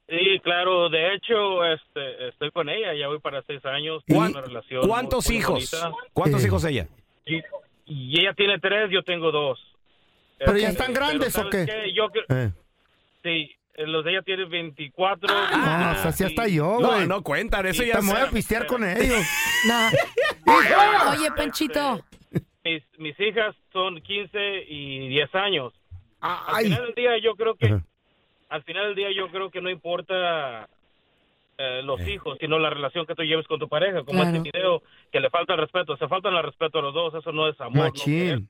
Speaker 15: Sí, claro, de hecho, este, estoy con ella, ya voy para seis años. tengo
Speaker 4: ¿Cuán-
Speaker 15: una relación
Speaker 4: ¿Cuántos
Speaker 15: muy- muy
Speaker 4: hijos?
Speaker 15: bonita.
Speaker 4: ¿Cuántos hijos ella?
Speaker 15: Y, y ella tiene tres, yo tengo dos.
Speaker 5: ¿Pero
Speaker 15: Este,
Speaker 5: ya están
Speaker 15: pero
Speaker 5: grandes o
Speaker 15: ¿sabes
Speaker 5: qué?
Speaker 15: Yo cre-
Speaker 5: Eh.
Speaker 15: sí, eh, los de ella tienen 24.
Speaker 5: No, Ah, o sea, así hasta yo,
Speaker 4: Ah, No,
Speaker 5: güey.
Speaker 4: no cuentan, eso
Speaker 5: Te
Speaker 4: ya
Speaker 5: me
Speaker 4: es-
Speaker 5: voy a pistear
Speaker 15: <laughs>
Speaker 5: con ellos.
Speaker 8: No.
Speaker 15: Este,
Speaker 8: Oye, Panchito.
Speaker 15: Mis, mis hijas son 15 y 10 años.
Speaker 5: Ah,
Speaker 15: Al
Speaker 5: Ay.
Speaker 15: final del día yo creo que
Speaker 5: Ajá.
Speaker 15: al final del día yo creo que no importa eh, los hijos, sino la relación que tú lleves con tu pareja, como
Speaker 5: Claro.
Speaker 15: este video que le falta el respeto, se faltan el respeto a los dos, eso no es amor. ¿no?
Speaker 5: Machín.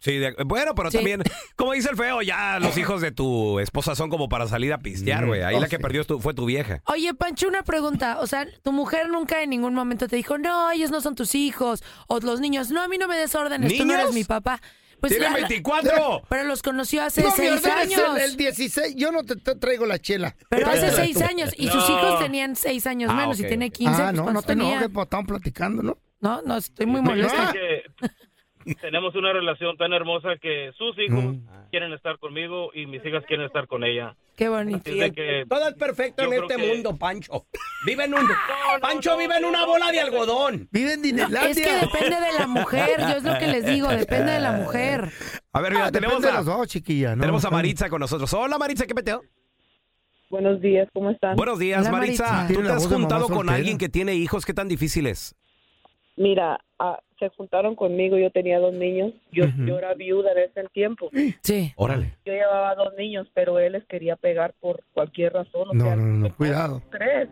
Speaker 4: Sí, de- bueno, pero también, como dice el feo, ya los hijos de tu esposa son como para salir a pistear, güey. Ahí la que perdió tu- fue tu vieja.
Speaker 8: Oye, Pancho, una pregunta. O sea, tu mujer nunca en ningún momento te dijo, no, ellos no son tus hijos. O los niños, no, a mí no me des órdenes, tú no
Speaker 5: ¿Niños?
Speaker 8: eres mi papá.
Speaker 5: ¡Tiene
Speaker 8: Pues la- la-
Speaker 5: 24!
Speaker 8: <laughs> Pero los conoció hace
Speaker 5: No, mi
Speaker 8: seis
Speaker 5: orden es
Speaker 8: años.
Speaker 5: el, el 16. Yo no te, te traigo la chela.
Speaker 8: Pero
Speaker 5: <laughs>
Speaker 8: hace
Speaker 5: Tráetela
Speaker 8: seis
Speaker 5: tú.
Speaker 8: años. Y sus hijos tenían seis años
Speaker 5: Ah,
Speaker 8: menos.
Speaker 5: ok,
Speaker 8: y tiene
Speaker 5: ok.
Speaker 8: 15.
Speaker 5: Ah,
Speaker 8: pues,
Speaker 5: no, no
Speaker 8: ¿cuántos
Speaker 5: te
Speaker 8: tenía?
Speaker 5: enojes, pues estaban platicando, ¿no?
Speaker 8: No, no, estoy muy molesta.
Speaker 15: <laughs> Tenemos una relación tan hermosa que sus hijos
Speaker 5: Mm.
Speaker 15: quieren estar conmigo y mis hijas quieren estar con ella.
Speaker 8: Qué bonito.
Speaker 15: Así es de que
Speaker 4: Todo es perfecto
Speaker 15: Yo
Speaker 4: en
Speaker 15: creo
Speaker 4: este
Speaker 15: que-
Speaker 4: mundo, Pancho. Vive en un... Pancho vive en una bola de algodón.
Speaker 5: Vive en
Speaker 8: Es que depende de la mujer, yo es lo que les
Speaker 4: <laughs>
Speaker 8: digo, depende
Speaker 5: <laughs>
Speaker 8: de la mujer.
Speaker 4: A ver, mira,
Speaker 5: Ah,
Speaker 4: tenemos
Speaker 5: depende
Speaker 4: a...
Speaker 5: de los dos, chiquilla, ¿no?
Speaker 4: Tenemos a Maritza con nosotros. Hola Maritza, ¿qué peteo?
Speaker 16: Buenos días, ¿cómo están?
Speaker 4: Buenos días, Maritza. ¿Tú te has juntado con alguien que tiene hijos? ¿Qué tan difícil es?
Speaker 16: Mira, ah, se juntaron conmigo, yo tenía dos niños, yo, yo era viuda en ese tiempo.
Speaker 8: Sí.
Speaker 4: Órale.
Speaker 16: Yo llevaba dos niños, pero él les quería pegar por cualquier razón, o sea, pues,
Speaker 5: No, no, no, cuidado.
Speaker 16: tres.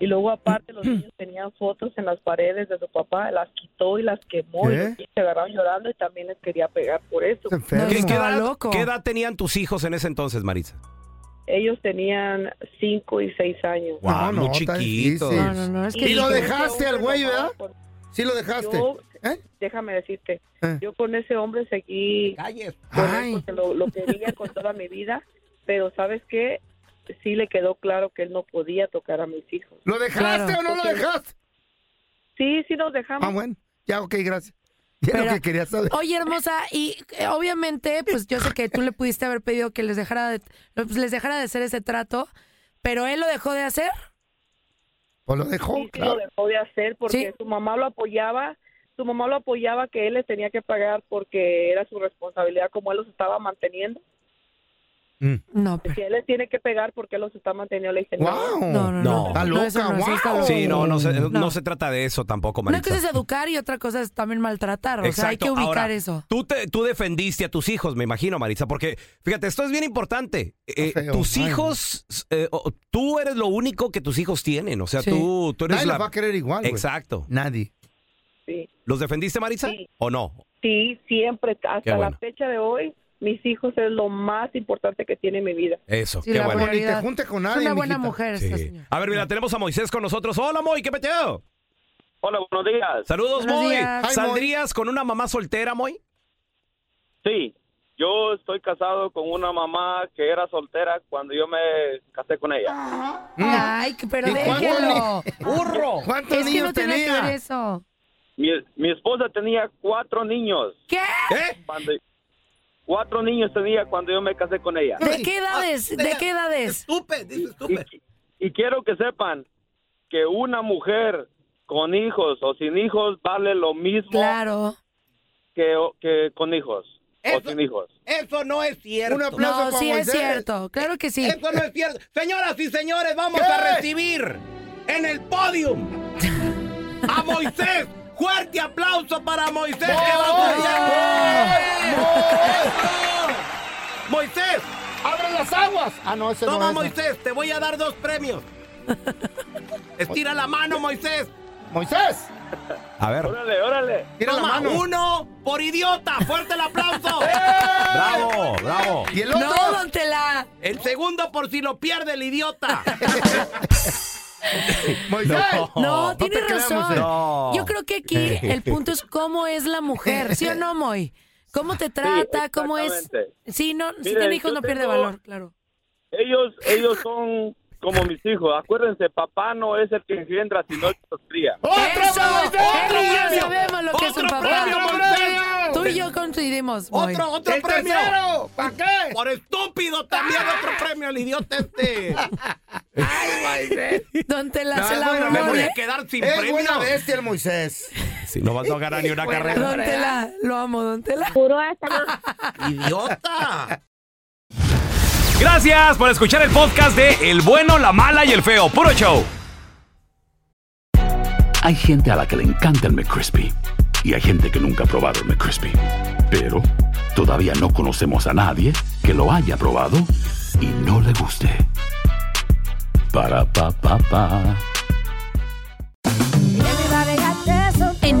Speaker 16: Y luego aparte los niños tenían fotos en las paredes de su papá, las quitó y las quemó y
Speaker 4: ¿Qué?
Speaker 16: los niños se agarraron llorando y también les quería pegar por eso.
Speaker 4: ¿Qué, qué edad, qué edad tenían tus hijos en ese entonces, Maritza?
Speaker 16: Ellos tenían cinco y seis años.
Speaker 4: Guau, muy
Speaker 5: está
Speaker 4: chiquitos.
Speaker 5: difícil.
Speaker 4: No, no, no,
Speaker 16: es que-
Speaker 5: Y lo
Speaker 16: Y-
Speaker 5: dejaste al güey, ¿verdad? Sí lo dejaste. ¿Eh? Ah.
Speaker 16: Yo, déjame decirte, yo con ese hombre seguí con él porque lo, lo quería con toda mi vida, pero ¿sabes qué? Sí le quedó claro que él no podía tocar a mis hijos.
Speaker 5: ¿Lo dejaste o no lo
Speaker 16: Porque-
Speaker 5: dejaste?
Speaker 16: Sí, sí nos dejamos.
Speaker 5: Ah, bueno. Ya, ok, gracias. Ya era lo
Speaker 8: Pero-
Speaker 5: que quería saber.
Speaker 8: Oye, hermosa, y eh, obviamente, pues yo sé que tú le pudiste haber pedido que les dejara de, pues, les dejara de hacer ese trato, pero él lo dejó de hacer.
Speaker 5: Pues lo dejó,
Speaker 16: sí, sí
Speaker 5: claro.
Speaker 16: lo dejó de hacer porque su mamá lo apoyaba, su mamá lo apoyaba que él les tenía que pagar porque era su responsabilidad como él los estaba
Speaker 5: <laughs>
Speaker 16: manteniendo.
Speaker 8: No,
Speaker 16: Que él les tiene que pegar porque él los está manteniendo. Le dije,
Speaker 5: no.
Speaker 8: No, no, no.
Speaker 5: Está
Speaker 8: loca, eso no, eso está guau. loca.
Speaker 4: Sí, no, no se, no
Speaker 8: No.
Speaker 4: se trata de eso tampoco,
Speaker 8: Una
Speaker 4: Maritza.
Speaker 8: cosa es educar y otra cosa es también maltratar. O sea, hay que
Speaker 4: Exacto.
Speaker 8: ubicar
Speaker 4: Ahora,
Speaker 8: eso.
Speaker 4: Tú, te- tú defendiste a tus hijos, me imagino, Maritza, porque fíjate, esto es bien importante. Eh,
Speaker 5: feo,
Speaker 4: tus
Speaker 5: ay, no.
Speaker 4: hijos, eh, o- tú eres lo único que tus hijos tienen. O sea,
Speaker 5: Sí.
Speaker 4: tú, tú eres
Speaker 5: Nadie
Speaker 4: la...
Speaker 5: los va a querer igual, güey.
Speaker 4: Exacto.
Speaker 5: Nadie.
Speaker 16: Sí.
Speaker 4: ¿Los defendiste, Maritza? ¿O no?
Speaker 16: Sí, siempre, hasta
Speaker 4: Qué bueno.
Speaker 16: la fecha de hoy, mis hijos es lo más importante que tiene en mi vida.
Speaker 4: Eso,
Speaker 16: Sí,
Speaker 4: qué
Speaker 16: la
Speaker 4: bueno.
Speaker 16: prioridad. Ni te juntes
Speaker 5: con
Speaker 16: nadie, una buena mijita. mujer esta
Speaker 4: Sí. A ver, mira, tenemos a Moisés con nosotros. Hola, Moy, ¿qué peteo?
Speaker 17: Hola, buenos días.
Speaker 4: Saludos,
Speaker 17: Buenos
Speaker 4: Moy.
Speaker 17: días. Hi, Moy.
Speaker 4: ¿Saldrías con una mamá soltera, Moy?
Speaker 17: Sí, yo estoy casado con una mamá que era soltera cuando yo me casé con ella.
Speaker 5: Mm.
Speaker 8: Ay, que- pero
Speaker 17: ¿Y cuántos
Speaker 8: déjelo.
Speaker 4: ¡Burro!
Speaker 5: ¿Cuántos
Speaker 8: es que
Speaker 5: niños
Speaker 8: no tiene que
Speaker 5: tenía?
Speaker 8: ver eso.
Speaker 17: Mi, mi esposa tenía cuatro niños.
Speaker 8: ¿Qué?
Speaker 17: Cuando- cuatro niños tenía cuando yo me casé con ella.
Speaker 8: ¿De qué
Speaker 5: Ah,
Speaker 8: edades? ¿De qué edades?
Speaker 17: Y quiero que sepan que una mujer con hijos o sin hijos vale lo mismo
Speaker 8: Claro.
Speaker 17: que, que con hijos o sin hijos.
Speaker 4: Eso no es cierto. Eh,
Speaker 5: Un aplauso
Speaker 8: no,
Speaker 5: para
Speaker 8: sí es
Speaker 5: Moisés.
Speaker 8: cierto. Claro que sí.
Speaker 4: Eso no es cierto. Señoras y señores, vamos
Speaker 5: ¿Qué?
Speaker 4: a recibir en el podium a Moisés. Fuerte aplauso para Moisés que va a ser- Moisés,
Speaker 5: abre las aguas. Ah, no, ese
Speaker 4: Toma,
Speaker 5: no es.
Speaker 4: Moisés, te voy a dar dos premios. Estira la mano, Moisés.
Speaker 5: Moisés.
Speaker 4: A ver.
Speaker 17: Órale, órale.
Speaker 5: Tira la
Speaker 4: Toma,
Speaker 5: mano. ¡Eh!
Speaker 4: uno por idiota. Fuerte el aplauso. bravo, bravo.
Speaker 5: ¿Y el otro?
Speaker 8: No, don Tela.
Speaker 4: El segundo por si lo pierde el
Speaker 8: <laughs>
Speaker 4: idiota.
Speaker 5: Moisés.
Speaker 8: No, tiene
Speaker 5: te creas,
Speaker 8: razón.
Speaker 5: Moisés.
Speaker 4: eh.
Speaker 8: Yo creo que aquí
Speaker 5: <laughs>
Speaker 8: el punto es cómo es la mujer, ¿sí o no, Moy? ¿Cómo te trata? ¿Cómo es?
Speaker 17: exactamente.
Speaker 8: Sí, no, si
Speaker 17: Miren,
Speaker 8: tiene hijos
Speaker 17: yo
Speaker 8: no pierde
Speaker 17: tengo-
Speaker 8: valor, claro.
Speaker 17: Ellos, ellos son como mis hijos. Acuérdense, papá no es el que engendra, sino el que los cría.
Speaker 8: ¡Eso! ¡Él y yo
Speaker 4: premio!
Speaker 8: sabemos lo que es un
Speaker 4: ¡Otro
Speaker 8: papá!
Speaker 4: premio, Moisés!
Speaker 8: Tú y yo coincidimos, Moy.
Speaker 4: Otro, otro
Speaker 8: ¡El
Speaker 4: premio.
Speaker 8: tercero!
Speaker 5: ¿Para qué?
Speaker 4: Por estúpido también
Speaker 8: Ah.
Speaker 4: otro premio al idiota este.
Speaker 8: Don Tela
Speaker 4: <laughs>
Speaker 5: No,
Speaker 8: se
Speaker 5: es
Speaker 8: la
Speaker 5: buena
Speaker 8: mamó,
Speaker 5: memoria.
Speaker 8: ¿eh?
Speaker 4: Quedar sin
Speaker 5: es
Speaker 4: premio.
Speaker 5: buena bestia el Moisés.
Speaker 4: Si no vas a
Speaker 8: <laughs>
Speaker 4: ganar ni una carrera.
Speaker 8: Don Tela, lo amo, Don Tela. <laughs>
Speaker 4: ¡Idiota! Gracias por escuchar el podcast de El bueno, la mala y el feo. Puro show.
Speaker 1: Hay gente a la que le encanta el McCrispy y hay gente que nunca ha probado el McCrispy. Pero todavía no conocemos a nadie que lo haya probado y no le guste. Para pa pa pa.
Speaker 2: En